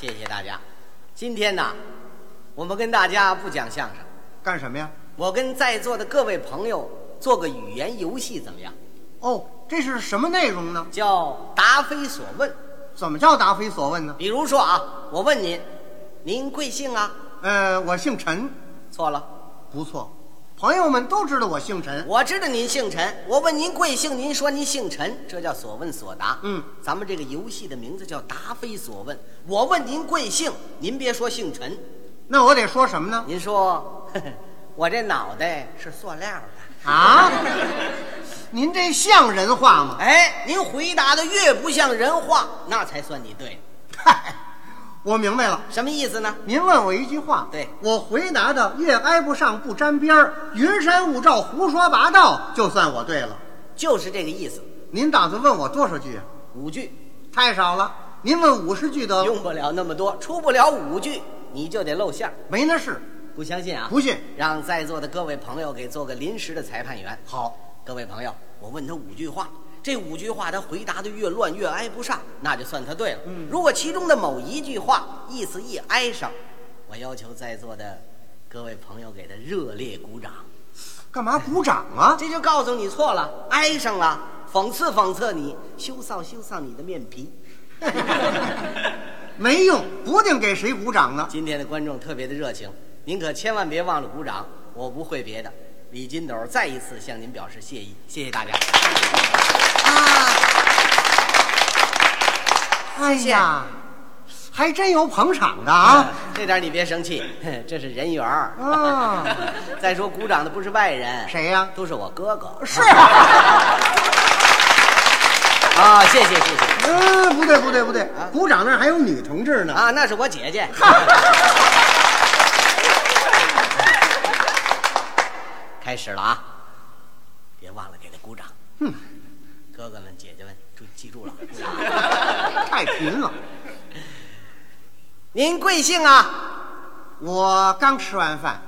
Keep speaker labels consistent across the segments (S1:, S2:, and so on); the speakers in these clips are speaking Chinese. S1: 谢谢大家。今天呢，我们跟大家不讲相声，
S2: 干什么呀？
S1: 我跟在座的各位朋友做个语言游戏，怎么样？
S2: 哦，这是什么内容呢？
S1: 叫答非所问。
S2: 怎么叫答非所问呢？
S1: 比如说啊，我问您，您贵姓啊？
S2: 呃，我姓陈，
S1: 错了，
S2: 不错，朋友们都知道我姓陈。
S1: 我知道您姓陈，我问您贵姓，您说您姓陈，这叫所问所答。
S2: 嗯，
S1: 咱们这个游戏的名字叫答非所问。我问您贵姓，您别说姓陈，
S2: 那我得说什么呢？
S1: 您说 呵呵我这脑袋是塑料的。
S2: 啊，您这像人话吗？
S1: 哎，您回答的越不像人话，那才算你对。
S2: 嗨，我明白了。
S1: 什么意思呢？
S2: 您问我一句话，
S1: 对
S2: 我回答的越挨不上不沾边儿，云山雾罩，胡说八道，就算我对了。
S1: 就是这个意思，
S2: 您打算问我多少句啊？
S1: 五句
S2: 太少了，您问五十句得了，
S1: 用不了那么多，出不了五句你就得露馅儿。
S2: 没那事。
S1: 不相信啊？
S2: 不信
S1: 让在座的各位朋友给做个临时的裁判员。
S2: 好，
S1: 各位朋友，我问他五句话，这五句话他回答的越乱越挨不上，那就算他对了。如果其中的某一句话意思一挨上，我要求在座的各位朋友给他热烈鼓掌。
S2: 干嘛鼓掌啊？
S1: 这就告诉你错了，挨上了，讽刺讽刺你，羞臊羞臊你的面皮。
S2: 没用，不定给谁鼓掌呢。
S1: 今天的观众特别的热情，您可千万别忘了鼓掌。我不会别的，李金斗再一次向您表示谢意，谢谢大家。
S2: 哎呀，还真有捧场的啊！
S1: 这点你别生气，这是人缘儿。
S2: 啊
S1: 再说鼓掌的不是外人，
S2: 谁呀
S1: 都是我哥哥。
S2: 是啊，
S1: 啊，谢谢谢谢
S2: 嗯，不对不对不对，鼓掌那儿还有女同志呢。
S1: 啊，那是我姐姐。开始了啊！别忘了给他鼓掌。
S2: 哼，
S1: 哥哥们、姐姐们，注记住了。
S2: 太贫了。
S1: 您贵姓啊？
S2: 我刚吃完饭，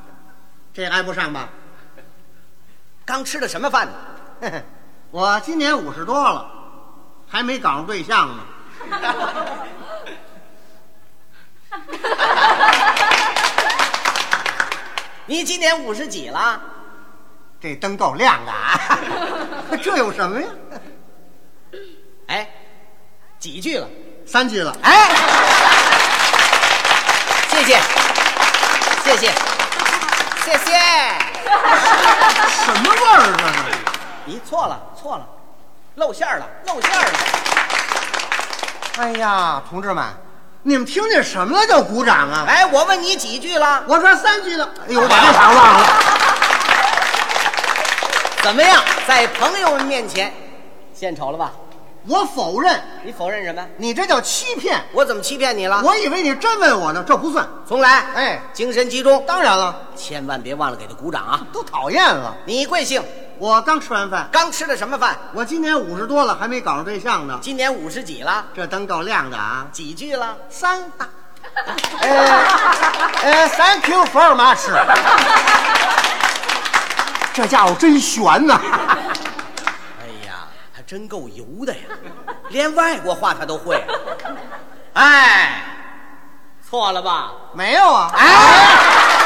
S2: 这挨不上吧？
S1: 刚吃的什么饭呢？
S2: 嘿嘿，我今年五十多了，还没搞上对象呢。
S1: 你今年五十几了？
S2: 这灯够亮的啊！ 这有什么呀？
S1: 哎，几句了？
S2: 三句了。
S1: 哎，谢谢，谢谢，谢谢。
S2: 什么味儿啊？
S1: 你错了，错了，露馅儿了，露馅儿了。
S2: 哎呀，同志们，你们听见什么了叫鼓掌啊？
S1: 哎，我问你几句了？
S2: 我说三句了，哎呦，我把这茬忘了。
S1: 怎么样，在朋友们面前献丑了吧？
S2: 我否认，
S1: 你否认什么？
S2: 你这叫欺骗。
S1: 我怎么欺骗你了？
S2: 我以为你真问我呢，这不算。
S1: 重来。
S2: 哎
S1: 精神集中，
S2: 当然了，
S1: 千万别忘了给他鼓掌啊！
S2: 都讨厌了。
S1: 你贵姓？
S2: 我刚吃完饭，
S1: 刚吃的什么饭？
S2: 我今年五十多了，还没搞上对象呢。
S1: 今年五十几了？
S2: 这灯够亮的啊！
S1: 几句了？
S2: 三，呃，呃，Thank you for much。这家伙真悬呐、
S1: 哎呀，还真够油的呀，连外国话他都会。哎，错了吧？
S2: 没有啊？
S1: 哎，